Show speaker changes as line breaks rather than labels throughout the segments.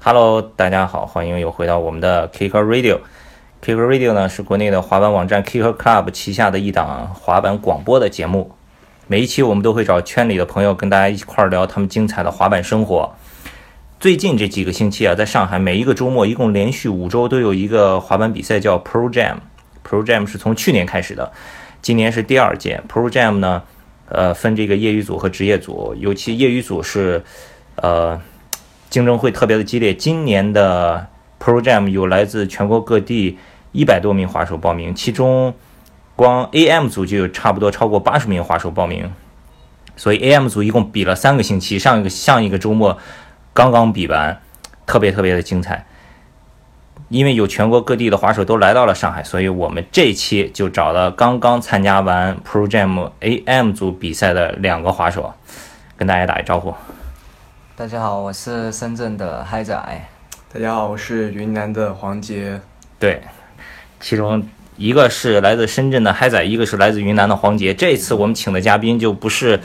Hello，大家好，欢迎又回到我们的 Kicker Radio。Kicker Radio 呢是国内的滑板网站 Kicker Club 旗下的一档滑板广播的节目。每一期我们都会找圈里的朋友跟大家一块儿聊他们精彩的滑板生活。最近这几个星期啊，在上海每一个周末，一共连续五周都有一个滑板比赛叫 Pro Jam。Pro Jam 是从去年开始的，今年是第二届。Pro Jam 呢，呃，分这个业余组和职业组，尤其业余组是，呃，竞争会特别的激烈。今年的 Pro Jam 有来自全国各地一百多名滑手报名，其中光 AM 组就有差不多超过八十名滑手报名，所以 AM 组一共比了三个星期，上一个上一个周末刚刚比完，特别特别的精彩。因为有全国各地的滑手都来到了上海，所以我们这期就找了刚刚参加完 Pro Jam AM 组比赛的两个滑手，跟大家打一招呼。
大家好，我是深圳的嗨仔。
大家好，我是云南的黄杰。
对，其中一个是来自深圳的嗨仔，一个是来自云南的黄杰。这次我们请的嘉宾就不是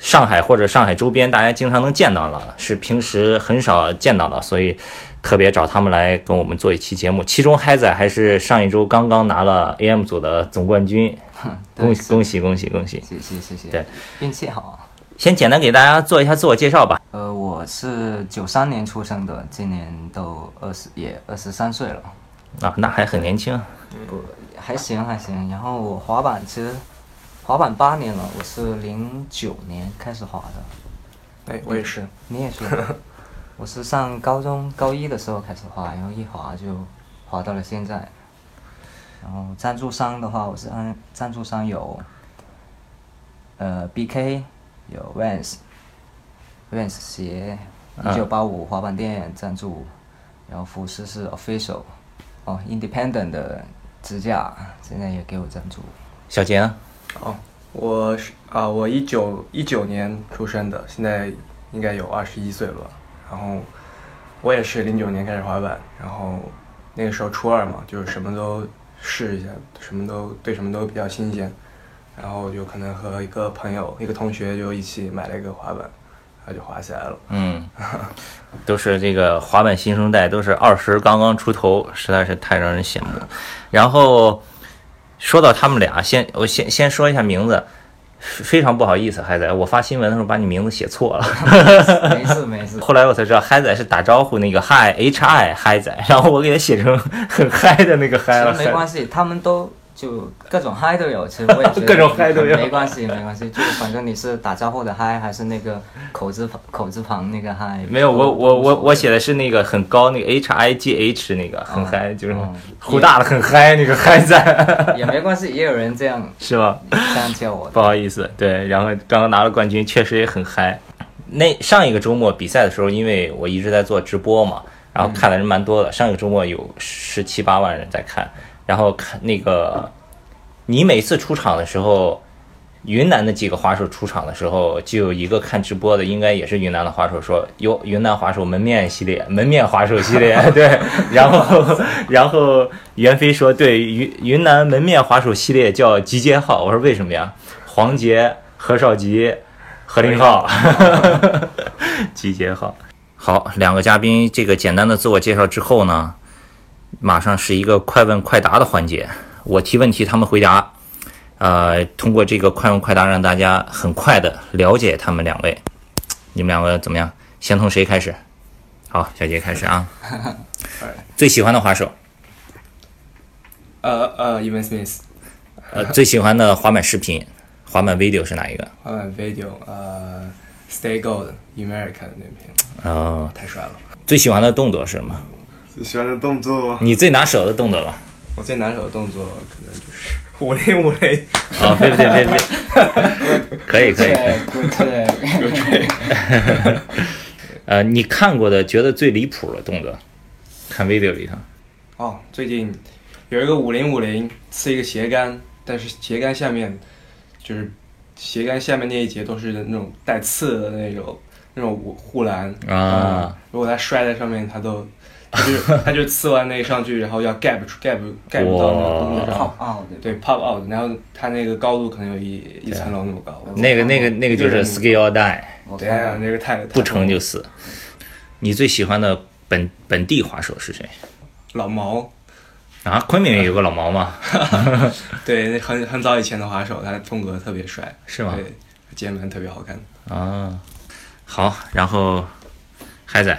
上海或者上海周边大家经常能见到的，是平时很少见到的，所以特别找他们来跟我们做一期节目。其中嗨仔还是上一周刚刚拿了 AM 组的总冠军，
对
恭喜恭喜恭喜恭喜！
谢谢谢谢，
对，
运气好。
先简单给大家做一下自我介绍吧。
呃，我是九三年出生的，今年都二十也二十三岁了，
啊，那还很年轻，
不还行还行。然后我滑板其实滑板八年了，我是零九年开始滑的，
哎，我也是。
你也是？我是上高中高一的时候开始滑，然后一滑就滑到了现在。然后赞助商的话，我是按赞助商有，呃，BK 有 Vans，Vans 鞋，一九八五滑板店赞助，然后服饰是 Official，哦，Independent 的支架现在也给我赞助。
小杰呢？
哦，我是啊、我一九一九年出生的，现在应该有二十一岁了吧。然后我也是零九年开始滑板，然后那个时候初二嘛，就是什么都试一下，什么都对什么都比较新鲜。然后就可能和一个朋友、一个同学就一起买了一个滑板，然后就滑起来了。
嗯， 都是这个滑板新生代，都是二十刚刚出头，实在是太让人羡慕了。然后说到他们俩，先我先先说一下名字，非常不好意思，嗨仔，我发新闻的时候把你名字写错了，
没事没事，
后来我才知道嗨仔是打招呼那个嗨 H I 嗨仔，然后我给他写成 很嗨的那个嗨了，
其实没关
系，
系，他们都就各种嗨都有，其实我 也觉得
各种嗨都有
没关系，没关系，就是反正你是打招呼的嗨，还是那个口字旁口字旁那个嗨，
没有我
都
我我
都无所
我
谓
写的是那个很高那个 H I G H 那个很
哦
嗨，就是
哦
胡大的很嗨那个嗨仔
也没关系，也有人这样
是吧？
这样 叫我的
不好意思，对，然后刚刚拿了冠军，确实也很嗨。那上一个周末比赛的时候，因为我一直在做直播嘛，然后看的人蛮多的。上一个周末有十七八万人在看，然后看那个你每次出场的时候，云南的几个滑手出场的时候，就有一个看直播的，应该也是云南的滑手说，哟，云南滑手门面系列， 门面滑手系列，对，然后然后袁飞说，对，云云南门面滑手系列叫集结号，我说为什么呀？黄杰、何少吉、何林浩， 集结号。好，两个嘉宾这个简单的自我介绍之后呢，马上是一个快问快答的环节，我提问题，他们回答。呃，通过这个快问快答，让大家很快的了解他们两位。你们两个怎么样？先从谁开始？好，小杰开始啊
哎。
最喜欢的滑手，
呃呃，Even Smith
呃，最喜欢的滑板视频，滑板 video 是哪一个？
滑板 video，呃，Stay Gold America 的那篇
哦，
太帅了。
最喜欢的动作是什么？
最喜欢的动作，
你最拿手的动作吧？
我最拿手的动作可能就是五零五零。
哦，别别别别， 可以可以。
对 对，
呃，你看过的觉得最离谱的动作，看 video 里头。
哦，最近有一个五零五零是一个斜杆，但是斜杆下面就是斜杆下面那一节都是那种带刺的那种那种护栏
啊
嗯如果他摔在上面，他都。他就是他就刺完那个上去，然后要 gap 出 gap gap 到那个公路
好
上，
傲对
对 pop out，然后他那个高度可能有一一层楼那么高。
那个那个那个就是 skill die，
我
对啊，
看
那个太太
不成就死。你最喜欢的本本地滑手是谁
老毛，
啊？昆明也有个老毛吗？
对，那很很早以前的滑手，他的风格特别帅，
是吗
对，键盘特别好看。
啊，好，然后海仔，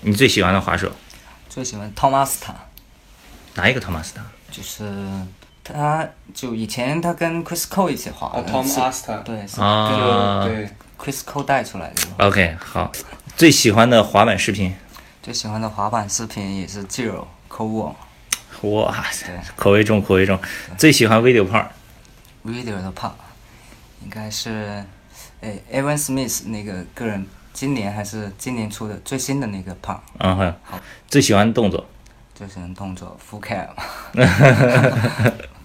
你最喜欢的滑手
最喜欢 Thomas 塔，
哪一个？托马斯塔？
就是他就以前他跟 Chris Cole 一起滑的
哦，Tom
是
Asta
对，是
啊
对，
跟 Chris Cole 带出来的。
，OK，好，最喜欢的滑板视频，
最喜欢的滑板视频也是 Zero Cole Wong
哇
对
塞，啊口味重，口味重，最喜欢 video 胖
Video 的 part，应该是诶 Aaron Smith 那个个人今年还是今年出的最新的那个 part，
嗯哼，最喜欢动作，
最喜欢动作 Full Cam，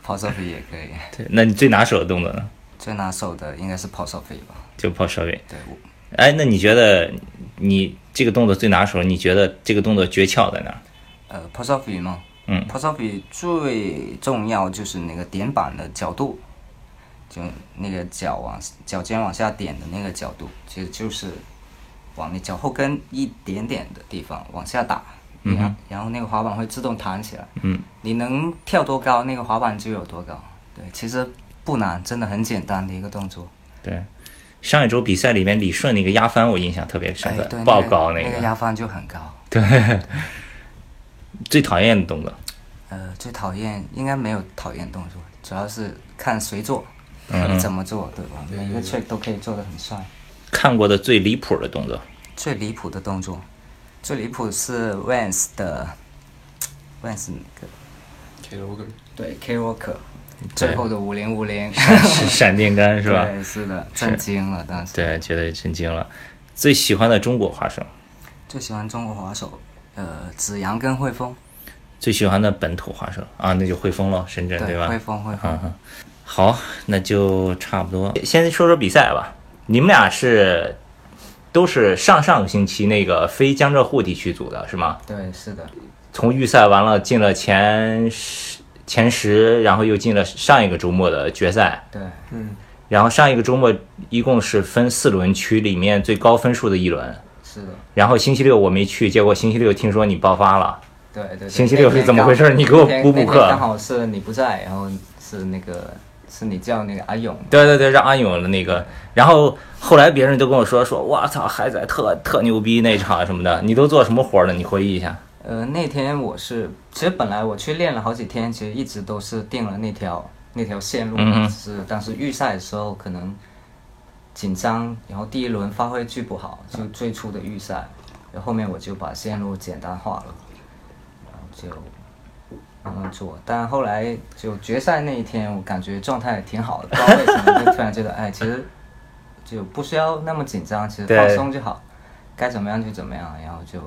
p o s o f 也可以。
对，那你最拿手的动作呢？
最拿手的应该是 p o s o f 吧？
就抛设备。
对，我
哎，那你觉得你这个动作最拿手？你觉得这个动作诀窍在哪儿？
呃 p o s o f 吗？
嗯
p o s o f 最重要就是那个点板的角度，就那个脚往脚尖往下点的那个角度，其实就是往你脚后跟一点点的地方往下打，
嗯
然
哼
后然后那个滑板会自动弹起来。
嗯，
你能跳多高，那个滑板就有多高。对，其实不难，真的很简单的一个动作。
对，上一周比赛里面李顺那个压翻，我印象特别深
哎，
刻
对，，
爆
那个
高
那
个。
压翻就很高。
对， 最讨厌的动作。
呃，最讨厌应该没有讨厌动作，主要是看谁做，
嗯
你怎么做，对吧？每一个 trick 都可以做得很帅。
看过的最离谱的动 作，
最离谱的动作，最离谱是 Vans 的 Vans 那个
，K Logan，
对 K Walker 最后的五零五零，
是闪电杆是吧？
对，是的，震惊了当时。
对，觉得震惊了。最喜欢的中国花生，
最喜欢中国滑手，呃，子阳跟汇丰，
最喜欢的本土花生啊，那就汇丰了，深圳吧？
汇丰汇丰。
嗯哼，好，那就差不多。先说说比赛吧，你们俩是都是上上个星期那个非江浙沪地区组的是吗？
对，是的，
从预赛完了进了前十前十，然后又进了上一个周末的决赛，
对，
嗯，
然后上一个周末一共是分四轮区里面最高分数的一轮。
是的，
然后星期六我没去，结果星期六听说你爆发了，
对对对。
星期六
那天
是怎么回事
刚
你给我
那天
补补
那
课啊
天刚好是你不在，然后是那个是你叫那个阿勇，
对对对，让安永的那个，然后后来别人都跟我说说，我操，海仔特特牛逼那场什么的，你都做什么活了？你回忆一下。
呃，那天我是，其实本来我去练了好几天，其实一直都是定了那条那条线路，
嗯哼
只是当时预赛的时候可能紧张，然后第一轮发挥巨不好，就最初的预赛，然后后面我就把线路简单化了，然后就慢慢做，但后来就决赛那一天，我感觉状态挺好的，不知道为什么就突然觉得，哎，其实就不需要那么紧张，其实
对
放松就好，该怎么样就怎么样，然后就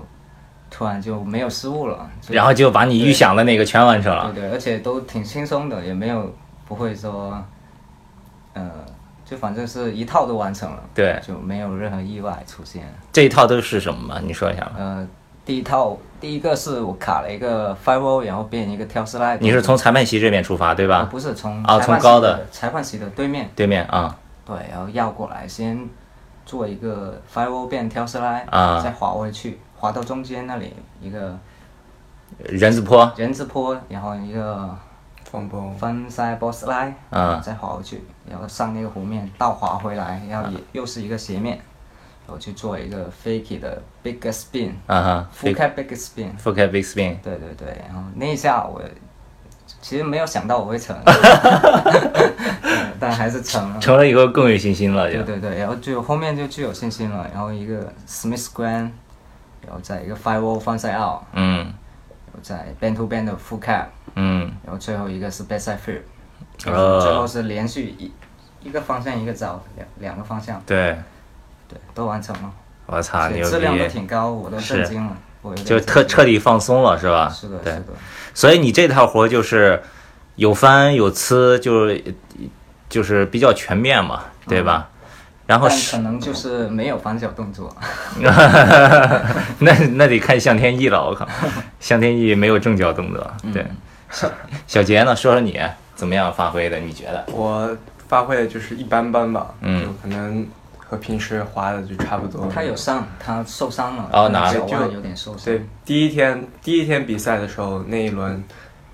突然就没有失误了，就
然后就把你预想的那个全完成了。
对对，而且都挺轻松的，也没有不会说，呃，就反正是一套都完成了，
对
就没有任何意外出现。
这一套都是什么嘛？你说一下吧。
呃，第一套第一个是我卡了一个 five o，然后变一个跳 slide，
你是从裁判席这边出发对
啊
吧？
不是从
啊
裁判
从
席
高的
的裁判席的对面，
对面啊，
对，然后绕过来先做一个 five o 变跳 slide，
啊
再滑回去，滑到中间那里一个
人字坡，
人字坡，然后一个
放包，
翻塞 boss line，
啊
再滑回去，然后上那个湖面倒滑回来，然后也、又是一个斜面，然后去做一个 fakey 的 big spin，
啊哈，
full cap big spin，
f o c big spin，
对对对，然后那一下我其实没有想到我 会成，对但还是成了。
成了以后更有信心了就
嗯对。对对，然后就后面就具有信心了，然后一个 Smith Grand，然后再一个 Five Wall 翻塞 out，
嗯
然后再 Band to Band 的 full cap，
嗯，
然后最后一个是 backside flip，、
哦
最后是连续一一个方向一个招，两两个方向，
对，
对，都完成了，
我操，
所以
牛
质量都
逼，
挺高，我都
是
震惊了，我有点
就彻
震惊
彻底放松了是吧？
是的，
对
是。的，
所以你这套活就是有翻有呲，就是就是比较全面嘛，对吧？然后
但
是
可能就是没有反脚动作，
那那得看向天意了，我靠，向天意没有正脚动作。对，小小杰呢？说说你怎么样发挥的？你觉得？
我发挥的就是一般般吧，
嗯
就可能和和平时滑的就差不多。
他有上，他受伤了，
哦
他
哪
的
里
脚腕
就
有点受伤
对。，第一天第一天比赛的时候，那一轮，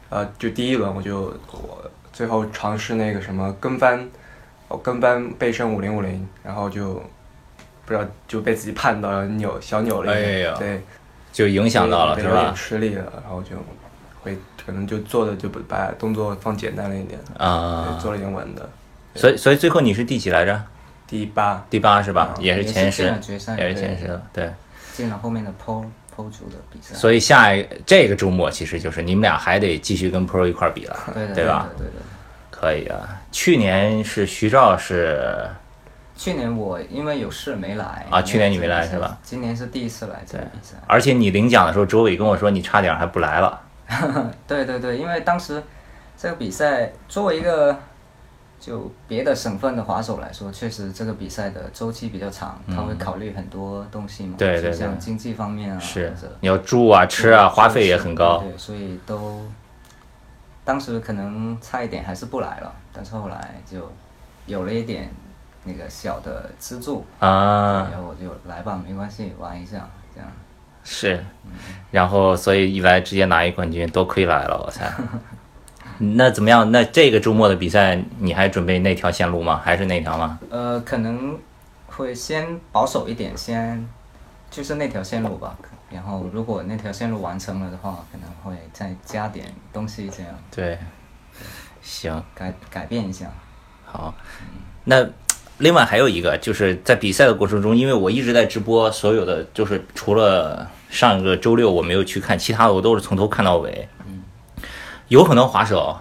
呃，就第一轮我就我最后尝试那个什么跟翻，我跟翻背身五零五零，然后就不知道就被自己绊到扭小扭了一
哎
下，
呀
对，
就影响到了
对
是
有点
吧？
吃力了，然后就会可能就做的就不把动作放简单了一点，对
啊，
做了一点稳的。
所以所以最后你是第几来着？
第八，
第八是吧？
啊
也是前十
也是进了决，赛
也是前十了，对。
进了后面的 PO PO 组的比赛，
所以下一这个周末其实就是你们俩还得继续跟 Pro 一块儿比了，
对
对
的对
吧
的对的。
可以啊。去年是徐照是
去年我因为有事没来
啊去年你没来
这个
是吧
今年是第一次来这个比赛，
而且你领奖的时候，周伟跟我说你差点还不来了。
对对对，因为当时这个比赛作为一个就别的省份的滑手来说，确实这个比赛的周期比较长，他会考虑很多东西嘛，
嗯对
就
对对
像经济方面啊，
是
或者，
你要住啊、吃啊，
嗯
花费也很高。
对，所以都当时可能差一点还是不来了，但是后来就有了一点那个小的资助，
啊，
然后我就来吧，没关系，玩一下这样。
是，然后所以一来直接拿一冠军，多亏来了，我 猜。那怎么样？那这个周末的比赛，你还准备那条线路吗？还是那条吗？
呃，可能会先保守一点，先就是那条线路吧。然后如果那条线路完成了的话，可能会再加点东西，这样
对，行，
改改变一下。
好。那另外还有一个，就是在比赛的过程中，因为我一直在直播，所有的就是除了上一个周六我没有去看，其他的我都是从头看到尾。有很多滑手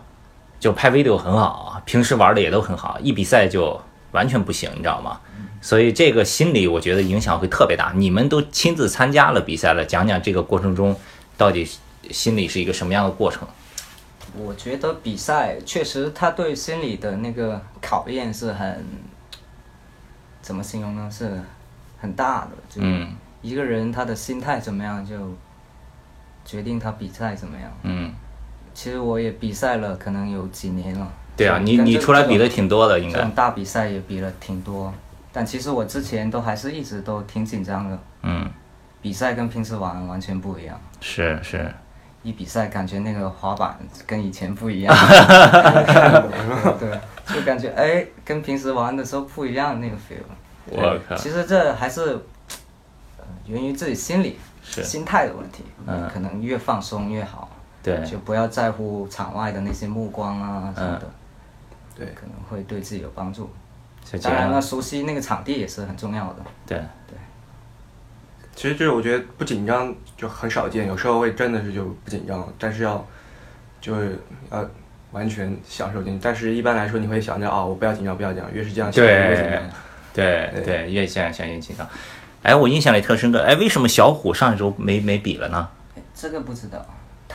就拍 video 很好，平时玩的也都很好，一比赛就完全不行，你知道吗？所以这个心理我觉得影响会特别大。你们都亲自参加了比赛了，讲讲这个过程中到底心里是一个什么样的过程？
我觉得比赛确实他对心理的那个考验是很，怎么形容呢？是很大的。就
嗯
一个人他的心态怎么样，就决定他比赛怎么样。
嗯，
其实我也比赛了，可能有几年了。
对啊，
就
你
跟
你
这
出来比
这
的
种
挺多的，应
这
该
种大比赛也比了挺多，但其实我之前都还是一直都挺紧张的。
嗯。
比赛跟平时玩完全不一样，
是是，
一比赛感觉那个滑板跟以前不 一样，对，就感觉哎跟平时玩的时候不一样那个 feel。
我靠，
其实这还是、呃源于自己心里
是
心态的问题，
嗯
可能越放松越好，
对，
就不要在乎场外的那些目光啊什么的，
嗯
对，
可能会对自己有帮助。
就这
当然
样
了，，熟悉那个场地也是很重要的。
对，
其实就是我觉得不紧张就很少见，有时候会真的是就不紧张，但是要就是要完全享受进去。但是一般来说，你会想着哦，我不要紧张，不要紧张，越是这样想越紧
对
张。，
对，对，越想想越紧张。哎，我印象里特深刻，哎，为什么小虎上一周没没比了呢？
哎这个不知道，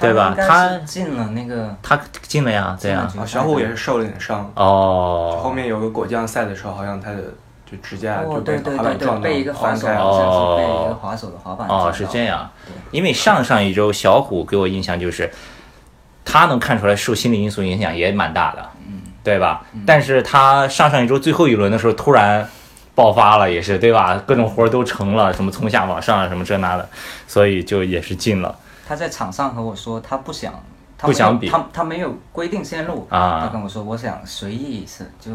对吧
应该是
他
进了那个
他进了呀，对呀
进，
啊，
了
小虎也是受了点伤，
哦，
后面有个果酱赛的时候，好像他的就指甲就
哦，
被
对对
滑
对
板
对，
撞到
被一个滑
翻
手，
开
好
哦
了。
像是被一个滑手的滑板
哦，
撞
是
到
这。样
对，
因为上上一周小虎给我印象就是，他能看出来受心理因素影响也蛮大的，
嗯
对吧？但是他上上一周最后一轮的时候突然爆发了，也是对吧？各种活儿都成了，什么从下往上，什么这那的，所以就也是进了
他在场上和我说，他不想，他
不
没有
想比
他他没有规定线路
啊
他跟我说，我想随意一次，就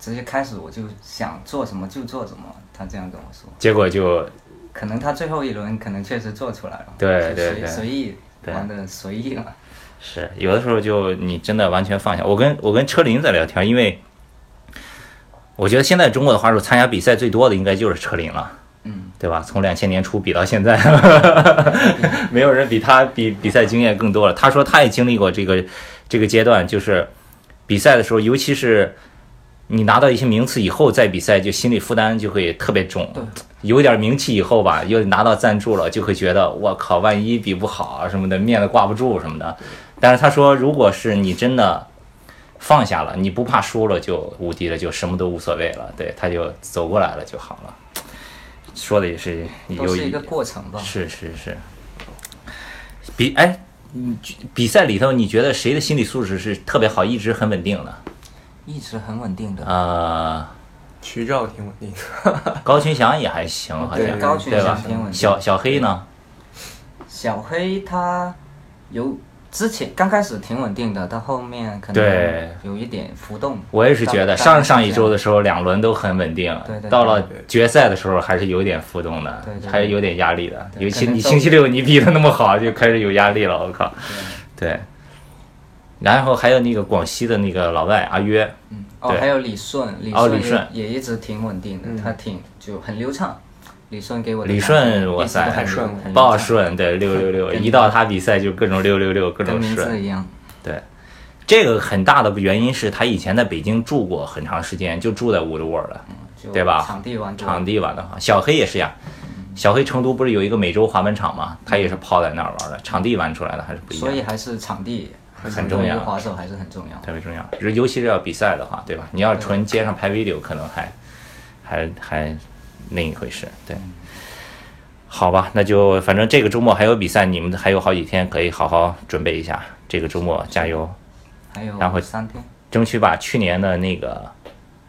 直接开始，我就想做什么就做什么。他这样跟我说，
结果就
可能他最后一轮可能确实做出来了，
对
就
对
随
对
随意
对
玩的随意了。
是有的时候就你真的完全放下。我跟我跟车林在聊天，因为我觉得现在中国的滑手参加比赛最多的应该就是车林了。
嗯，
对吧？从两千年初比到现在，没有人比他比比赛经验更多了。他说他也经历过这个这个阶段，就是比赛的时候，尤其是你拿到一些名次以后再比赛，就心理负担就会特别重
对。
有点名气以后吧，又拿到赞助了，就会觉得我靠，万一比不好啊什么的，面子挂不住什么的。但是他说，如果是你真的放下了，你不怕输了就无敌了，就什么都无所谓了。对，他就走过来了就好了。说的也是
都
有
是一个过程吧。
是是是。比哎，你比赛里头，你觉得谁的心理素质是特别好，一直很稳定的？
一直很稳定的。
啊、
曲照挺稳定的，
高群翔也还行，好像
对高
群
对吧
翔挺稳？定
小小黑呢？
小黑他有之前刚开始挺稳定的，到后面可能
对
有一点浮动。
我也是觉得
刚
上上一周的时候两轮都很稳定
对对，对
到了决赛的时候还是有点浮动的
对对，对
还是有点压力的。
对
尤其
可能
你
都
星期六你比的那么好，就开始有压力了，我靠。对，然后还有那个广西的那个老外阿约，
嗯，哦，
对
还有李顺，李
哦
顺也,、
李顺
也一直挺稳定的，他挺就很流畅。李顺给我的
李
感
顺
觉
哇
一直都
塞
很
顺
流很
爆
流畅
顺，对六六六，
跟
一到他比赛就各种六六六，各
跟
种
名
顺
字。一样。
对，这个很大的原因是他以前在北京住过很长时间，就住在伍德沃了，
嗯就
对吧
场地嗯玩多
场地玩的好。小黑也是呀，小黑成都不是有一个每周滑板场吗？他也是泡在那儿玩的，场地玩出来的还是不一
所
样，
以还是场地
很重要
对于滑手还是很重要。
特别重要。尤其是要比赛的话，对吧？你要纯街上拍 video 可能还还还另一回事，对。好吧，那就反正这个周末还有比赛，你们还有好几天可以好好准备一下。这个周末加油！
还
然后
有三天，
争取把去年的那个，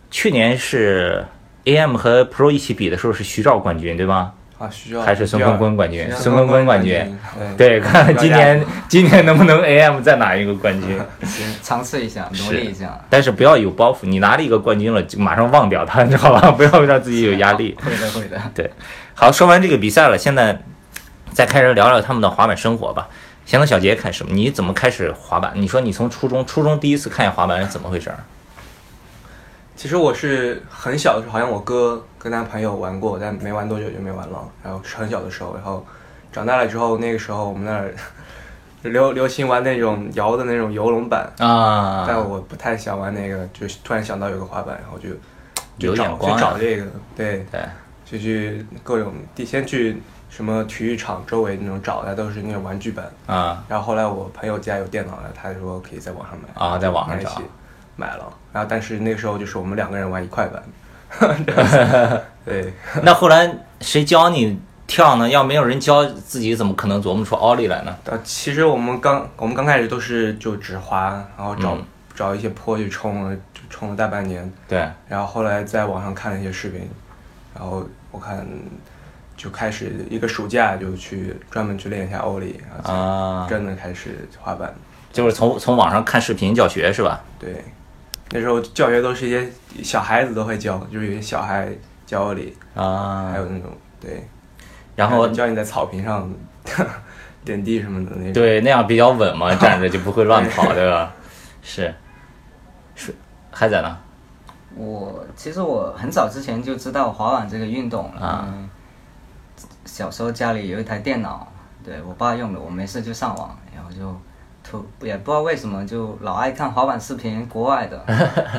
去年是 AM 和 Pro 一起比的时候是徐照冠军对吗？
啊，徐照
还是孙坤坤冠军
徐照
孙坤坤冠军
冠军，
嗯对，看看今年今年能不能 AM 再拿一个冠 军，
行，尝试一下，
是
努力一下，
但是不要有包袱，你拿了一个冠军了就马上忘掉它，你知道吧？不 要让自己有压力。
会的会的。
对，好，说完这个比赛了，现在再开始聊聊他们的滑板生活吧。先从小杰开始，你怎么开始滑板？你说你从初中，初中第一次看见滑板是怎么回事儿？
其实我是很小的时候，好像我哥跟他朋友玩过，但没玩多久就没玩了。然后是很小的时候，然后长大了之后，那个时候我们那儿 流流行玩那种摇的那种游龙板，
啊
但我不太想玩那个，就是突然想到有个滑板，然后就
有
就找
眼光啊
去找这个，对，
对，
就去各种地先去什么体育场周围那种找，那都是那种玩具板。
啊
然后后来我朋友家有电脑了，他说可以在网上买
啊，在网上
买一
找
起。买了。然后但是那个时候就是我们两个人玩一块板，这样子 对，
那后来谁教你跳呢？要没有人教，自己怎么可能琢磨出奥利来呢？
呃，其实我们刚我们刚开始都是就只滑，然后找、
嗯
找一些坡去冲了，就冲了大半年。
对，
然后后来在网上看了一些视频，然后我看就开始一个暑假就去专门去练一下欧力，然后
啊，
真的开始滑板。
就是从从网上看视频教学是吧？
对，那时候教学都是一些小孩子都会教，就是有些小孩教欧力，
啊
还，有那种对，
然后
教你在草坪上 点地什么的那种。
对那样比较稳嘛，站着就不会乱跑，对吧？是，是还在呢
我其实我很早之前就知道滑板这个运动了。
啊
嗯小时候家里有一台电脑，对我爸用的，我没事就上网，然后就突也不知道为什么就老爱看滑板视频，国外的，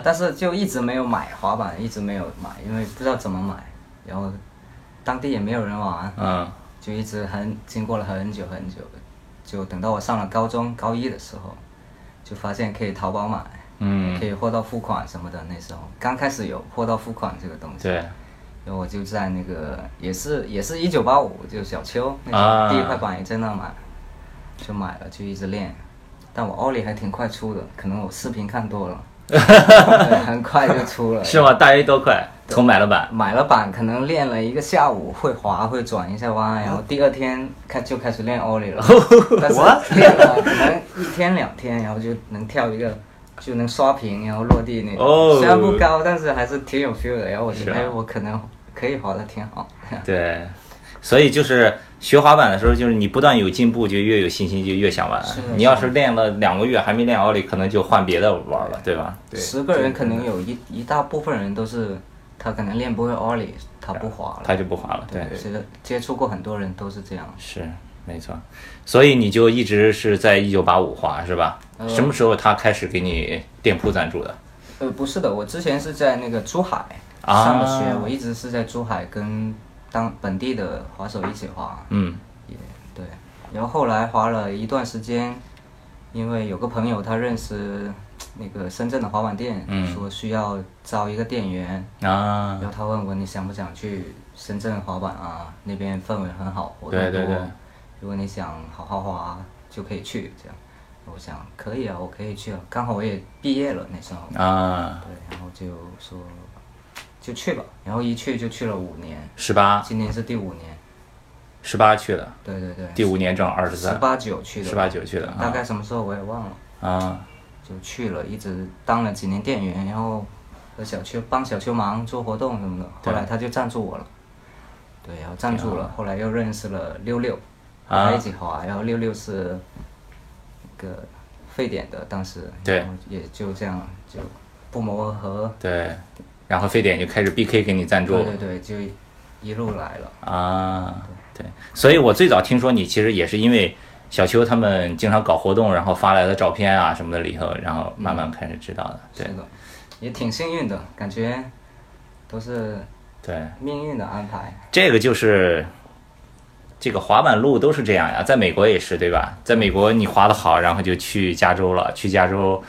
但是就一直没有买滑板，一直没有买，因为不知道怎么买，然后当地也没有人玩，
嗯
就一直很经过了很久很久，就等到我上了高中高一的时候，就发现可以淘宝买。可
嗯，
以货到付款什么的。那时候刚开始有货到付款这个东西，
对，
然后我就在那个也是也是一九八五，就小邱那时
啊
候第一块板也在那买，就买了就一直练。但我奥利还挺快出的，可能我视频看 多了，对很快就出了。
是吗？大约多快？从买了 板
买了板，可能练了一个下午，会滑，会转一下弯，然后第二天开就开始练 ollie 了。但是练了可能一天两天，然后就能跳一个，就能刷屏，然后落地那种。
哦
虽然不高，但是还是挺有 feel 的。然后我觉
是
得，
啊
哎，我可能可以滑的挺好。
对，所以就是学滑板的时候，就是你不断有进步，就越有信心，就越想玩
是的。
你要是练了两个月还没练奥利，可能就换别的玩了，对吧？
对
十个人可能有一一大部分人都是，他可能练不会 ollie，他不滑了。
他就不滑了，对。
其实接触过很多人都是这样。
是，没错。所以你就一直是在一九八五滑是吧？
呃
什么时候他开始给你店铺赞助的？
呃，不是的，我之前是在那个珠海
啊
上的学，我一直是在珠海跟当本地的滑手一起滑，
嗯
也对。然后后来滑了一段时间，因为有个朋友他认识那个深圳的滑板店，
嗯
说需要招一个店员，
啊
然，后他问我你想不想去深圳滑板啊？那边氛围很好，活动
对对
多
对
如果你想好好滑，就可以去这样。我想可以啊，我可以去啊，刚好我也毕业了那时候。
啊，
对，然后就说就去了，然后一去就去了五年，
十八
今年是第五年，
十八去的，
对对对，
第五年正二十
十
三，
八九去的，
十八九去的
大概什么时候我也忘了，
啊，
就去了，一直当了几年店员，然后和小秋帮小秋忙做活动什么的，
对
后来他就赞助我了，对，然后赞助了，后来又认识了六六，
啊
和他一起滑，然后六六是那个沸点的，当时
对，
然后也就这样就不谋而合，
对，然后非典就开始 BK 给你赞助
对对对，就一路来了，
啊，对，所以我最早听说你其实也是因为小邱他们经常搞活动，然后发来的照片啊什么的里头，然后慢慢开始知道的，
是的，也挺幸运的，感觉都是
对对。
命运的安排。
这个就是这个滑板路都是这样呀，在美国也是对吧？在美国你滑得好，然后就去加州了，去加州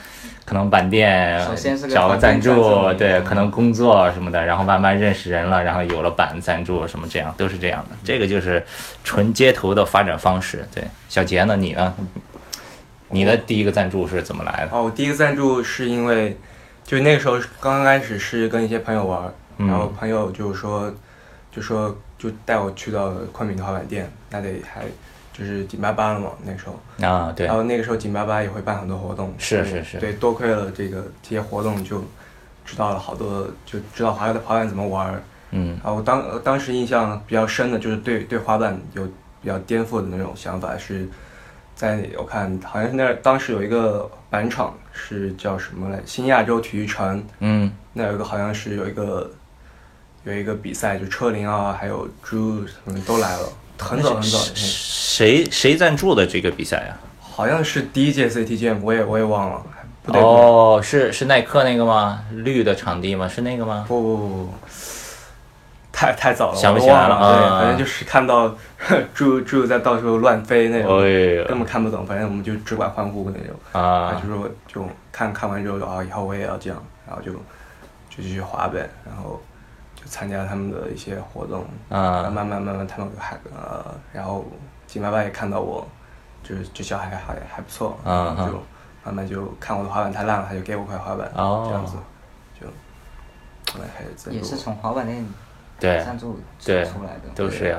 可能板店
首先是个
找个赞
板店
助
赞，助
对，
嗯
可能工作什么的，然后慢慢认识人了，然后有了板赞助什么这样都是这样的。这个就是纯街头的发展方式。对，小杰呢？你呢？你的第一个赞助是怎么来的？
哦，我第一个赞助是因为，就那个时候是刚刚开始是跟一些朋友玩儿，
嗯
然后朋友就说，就说就带我去到昆明的滑板店，那得还就是紧巴巴了嘛，那个时候。
啊，对
然，后那个时候紧巴巴也会办很多活动，
是
所以
是是
对，多亏了这个这些活动就知道了好多，就知道滑板滑板怎么玩儿。
嗯
啊，我当呃当时印象比较深的就是对对滑板有比较颠覆的那种想法是，在我看好像是那儿当时有一个板场是叫什么来，新亚洲体育城，
嗯
那有一个好像是有一个有一个比赛，就车林啊，还有 Drew 什么的都来了，很早很早，嗯
谁谁赞助的这个比赛啊呀、
好像是第一届 CTGM，我也我也忘了，不对不对，
哦，是是耐克那个吗？绿的场地吗？是那个吗？
不不不不。太太早了，
想不
我
起来
忘
了
对，
啊
反正就是看到 Drew Drew 在到处乱飞那种，根
哎
本看不懂，反正我们就只管欢呼那种。
呦
啊，
啊
就，是我就看看完之后，啊，以后我也要这样，然后就就去滑呗，然后就参加他们的一些活动，
啊
慢慢慢慢他们还呃，然后金爸爸也看到我，就是这小孩还还不错，
啊啊
然后就慢慢就看我的滑板太烂了，他就给我块滑板，
哦
这样子就后来开始赞助
也是
我
从滑板店
对
赞助出
对
来的，
都是呀、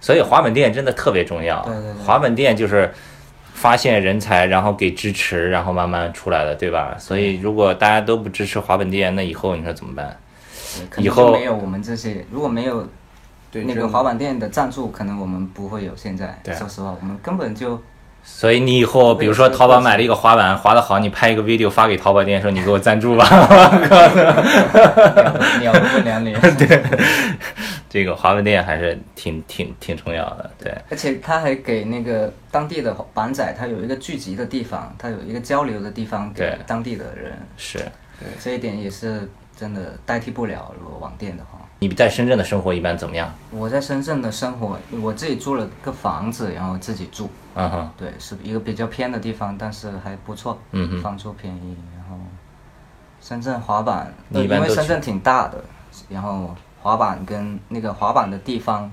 所以滑板店真的特别重要。
对对对
滑板店就是发现人才，然后给支持，然后慢慢出来的，对吧？所以如果大家都不支持滑板店，那以后你说怎么办？
对可能
以后
就没有我们这些，如果没有
对
那
真
个
的
滑板店的赞助，可能我们不会有现在
对。啊
说实话，我们根本就
所以你以后，比如说淘宝买了一个滑板，滑得好，你拍一个 video 发给淘宝店，说你给我赞助吧。
鸟都不鸟你。对，
这个滑板店还是挺挺挺重要的，对。
而且他还给那个当地的板仔，他有一个聚集的地方，他有一个交流的地方给
对
当地的人，
是
这一点也是真的代替不了。如果网店的话，
你在深圳的生活一般怎么样？
我在深圳的生活，我自己租了个房子，然后自己住，
嗯哼，
对，是一个比较偏的地方，但是还不错，
嗯哼
房租便宜。然后深圳滑板，
你一
因
般
为
都
深
去
圳挺大的，然后滑板跟那个滑板的地方，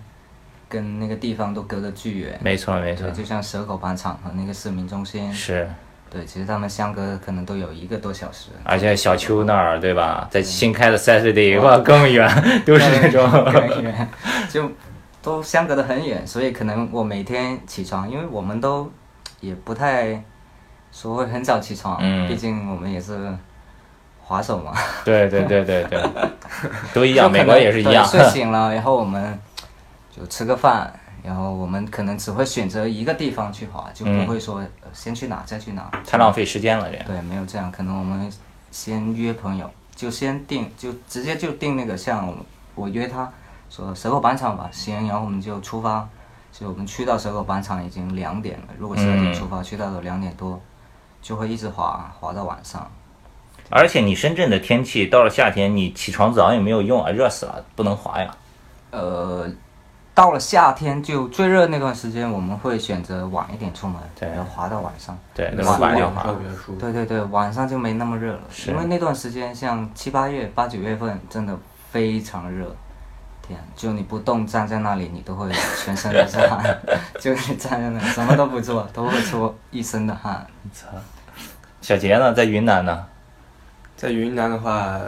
跟那个地方都隔得巨远，
嗯没错没错
对，，就像蛇口板场和那个市民中心，
是。
对，其实他们相隔可能都有一个多小时。
而且小邱那儿对吧，在新开的 Saturday 哇更远，都是这种。
很远，就都相隔得很远，所以可能我每天起床，因为我们都也不太说会很早起床，
嗯
毕竟我们也是滑手嘛，
对对对对对，都一样，
就可
美
能
国也是一样
对。睡醒了，然后我们就吃个饭，然后我们可能只会选择一个地方去滑，就
嗯
不会说、呃先去哪再去哪，
太浪费时间了，这样。
对，没有这样，可能我们先约朋友，就先定，就直接就定那个像我我约他说蛇口板场吧，行，然后我们就出发。所以我们去到蛇口板场已经两点了，如果十二点
嗯
出发，去到了两点多，就会一直滑滑到晚上。
而且你深圳的天气到了夏天，你起床早也没有用啊，热死了，不能滑呀。
呃，到了夏天就最热那段时间，我们会选择晚一点出门，
对
然后滑到晚上。
对，那
那
么
晚
晚
一
就
点
时
滑
候。比较舒服。
对对对，晚上就没那么热了，
是
因为那段时间像七八月、八九月份真的非常热，天，就你不动站在那里，你都会全身都是 汗，就你站在那里什么都不做，都会出一身的汗。
小杰呢，在云南呢？
在云南的话，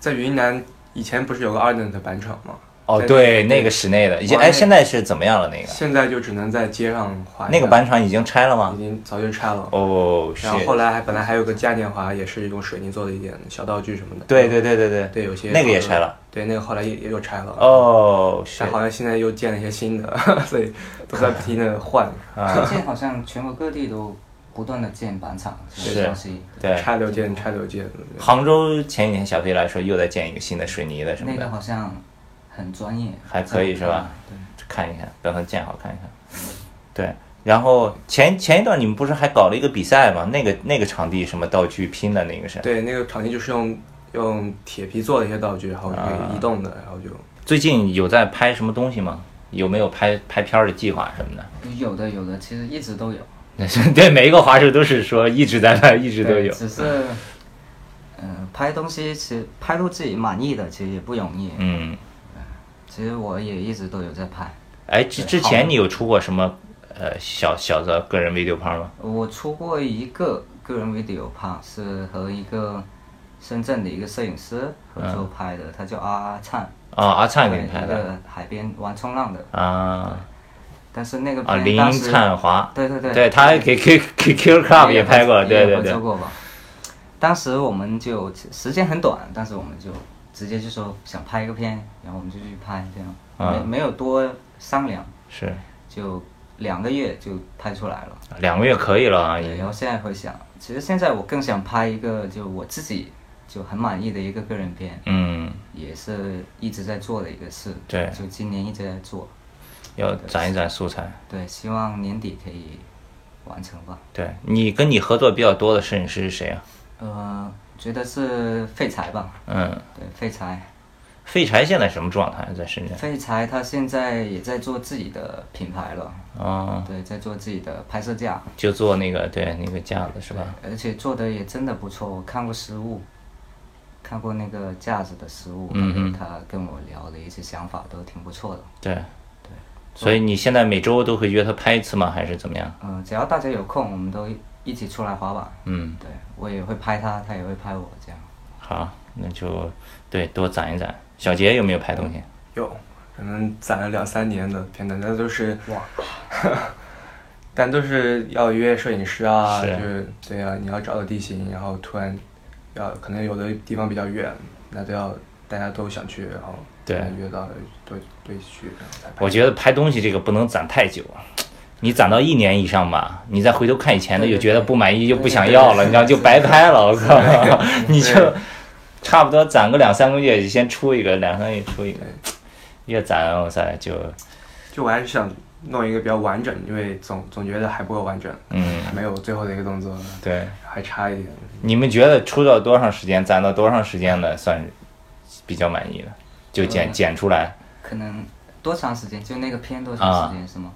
在云南以前不是有个 Ardent 的板场吗？
哦，
在
对，那个室内的，已经
哇那
哎，现在是怎么样了？那个
现在就只能在街上滑。
那个板场已经拆了吗
已？经早就拆了。
哦，是
然。后后来还本来还有个嘉年华，也是用水泥做的一点小道具什么的。
对对对对对，
对，有些呃
那个也
好多
拆了。
对，那个后来也也又拆了。，
哦，是
但好像现在又建了一些新的， 所以都在不停的换，
啊，
最近好像全国各地都不断的建板厂这
是
个东西，
对。
拆了又建，拆了又建。对
杭州前几天小飞来说又在建一个新的水泥的什么
那个
的，
好像很专业，
还可以是吧？
对，
看一看，等它建好看一看。对，然后前前一段你们不是还搞了一个比赛吗？那个那个场地什么道具拼的那个是？
对，那个场地就是用用铁皮做的一些道具，然后
啊
可以移动的，然后就
最近有在拍什么东西吗？有没有拍拍片儿的计划什么的？
有的有的，其实一直都有，
对，每一个滑手都是说一直在拍，一直都有。
只是，呃，拍东西其实拍出自己满意的，其实也不容易。
嗯，
其实我也一直都有在拍，
哎，之
对
之
好
前你有出过什么呃小小的个人 video 拍吗？
我出过一个个人 video 拍，是和一个深圳的一个摄影师合作拍的，他叫阿灿，
啊，阿嗯灿给
对
你拍
一
的
个海边玩冲浪的。
啊
但是那个
啊，
片
林
当时啊
灿华，
对对对，
对，他还给 Q Q Q Club 也拍过，对对
合
对
作，过吧。当时我们就时间很短，但是我们就直接就说想拍一个片，然后我们就去拍，这样、
啊
没没有多商量，
是
就两个月就拍出来了。
两个月可以了啊，已
对，
经
然后现在回想，其实现在我更想拍一个就我自己就很满意的一个个人片，
嗯，
也是一直在做的一个事。
对
就今年一直在做，
要攒一攒素材。
对，希望年底可以完成吧。
对你跟你合作比较多的摄影师是谁啊？
呃，觉得是废柴吧，
嗯，
对，废柴。
废柴现在什么状态？在深圳
废柴他现在也在做自己的品牌了，
啊，
对，在做自己的拍摄架，
就做那个对那个架子是吧？
而且做的也真的不错。我看过实物，看过那个架子的实物，
嗯嗯
他跟我聊的一些想法都挺不错的。
对，所以你现在每周都会约他拍一次吗？还是怎么样？
嗯、只要大家有空，我们都一起出来滑板。
嗯，
对我也会拍他，他也会拍我，这样。
好，那就对多攒一攒。小杰有没有拍东西？
有可能攒了两三年的片段，但都是
哇，
但都是要约摄影师啊，
是
就是对啊，你要找到地形，然后突然要可能有的地方比较远，那都要大家都想去，然后
对
才约到对对去，然后才拍
我觉得拍东西这个不能攒太久，啊你攒到一年以上吧，你再回头看以前的，
对
又
对
觉得
对
不满意，又
对
不
对
想
对
要
是
了，你知道就白拍了。我靠， 你就差不多攒个两三个月，先出一个，两三个月出一个，越攒哇塞就
就我还是想弄一个比较完整，因为总总觉得还不够完整，
嗯
还没有最后的一个动作，
对。
还差一点。
你们觉得出到多长时间，攒到多长时间的算是比较满意的？就剪、
嗯
剪出来，
可能多长时间？就那个片多长时间是吗？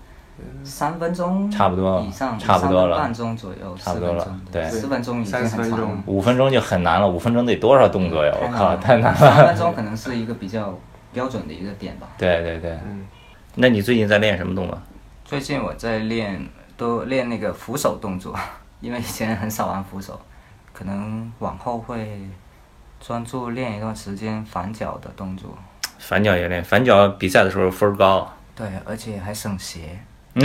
三分钟
啊差不多了
以上，
差不多了
三分半钟左右，
差不多了
四分钟
对
四分钟已经
三
很
十
长
分钟
了。
五分钟就很难了。五分钟得多少动作呀？哎我靠，太难了。
三分钟可能是一个比较标准的一个点吧。
对对对，
嗯，
那你最近在练什么动作？
最近我在练，都练那个扶手动作， 因为以前很少玩扶手，可能往后会专注练一段时间反脚的动作。
反脚也练，反脚比赛的时候分儿高，
对，而且还省鞋。
这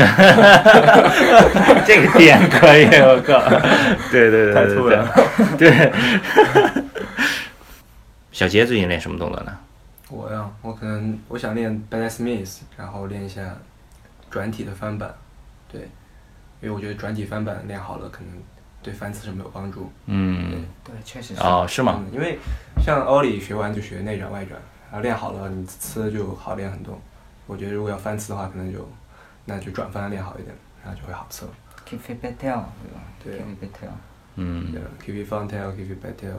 个点可以，我靠， 对对对
太
对
突
对
然
对， 对。 小杰最近练什么动作呢？
我呀，我可能我想练 Ben Smith，然后练一下转体的翻板，对，因为我觉得转体翻板练好了，可能对翻刺什么有帮助。
嗯，
对，确实是。
哦，是吗？
嗯？因为像欧里学完就学内转外转，然后练好了，你呲就好练很多。我觉得如果要翻呲的话，可能就那就转翻练好一点，然后就会好呲。
Keep it back down，对吧
对
？Keep it back down。
嗯，
k v front tail, k v back tail。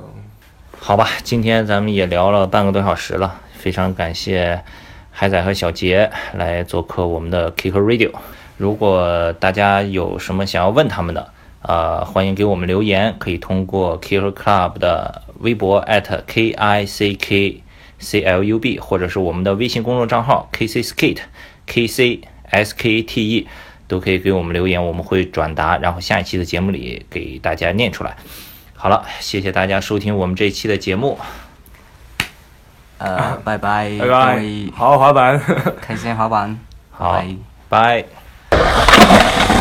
好吧，今天咱们也聊了半个多小时了，非常感谢海仔和小杰来做客我们的 Kicker Radio。如果大家有什么想要问他们的，呃，欢迎给我们留言，可以通过 Kicker Club 的微博 at k i c k c l u b，或者是我们的微信公众账号 k c skate k c s k a t e，都可以给我们留言，我们会转达，然后下一期的节目里给大家念出来。好了，谢谢大家收听我们这一期的节目，
呃， 拜拜，
拜
各
拜
位，
好好滑板。
开心滑板，
好
拜拜。
拜。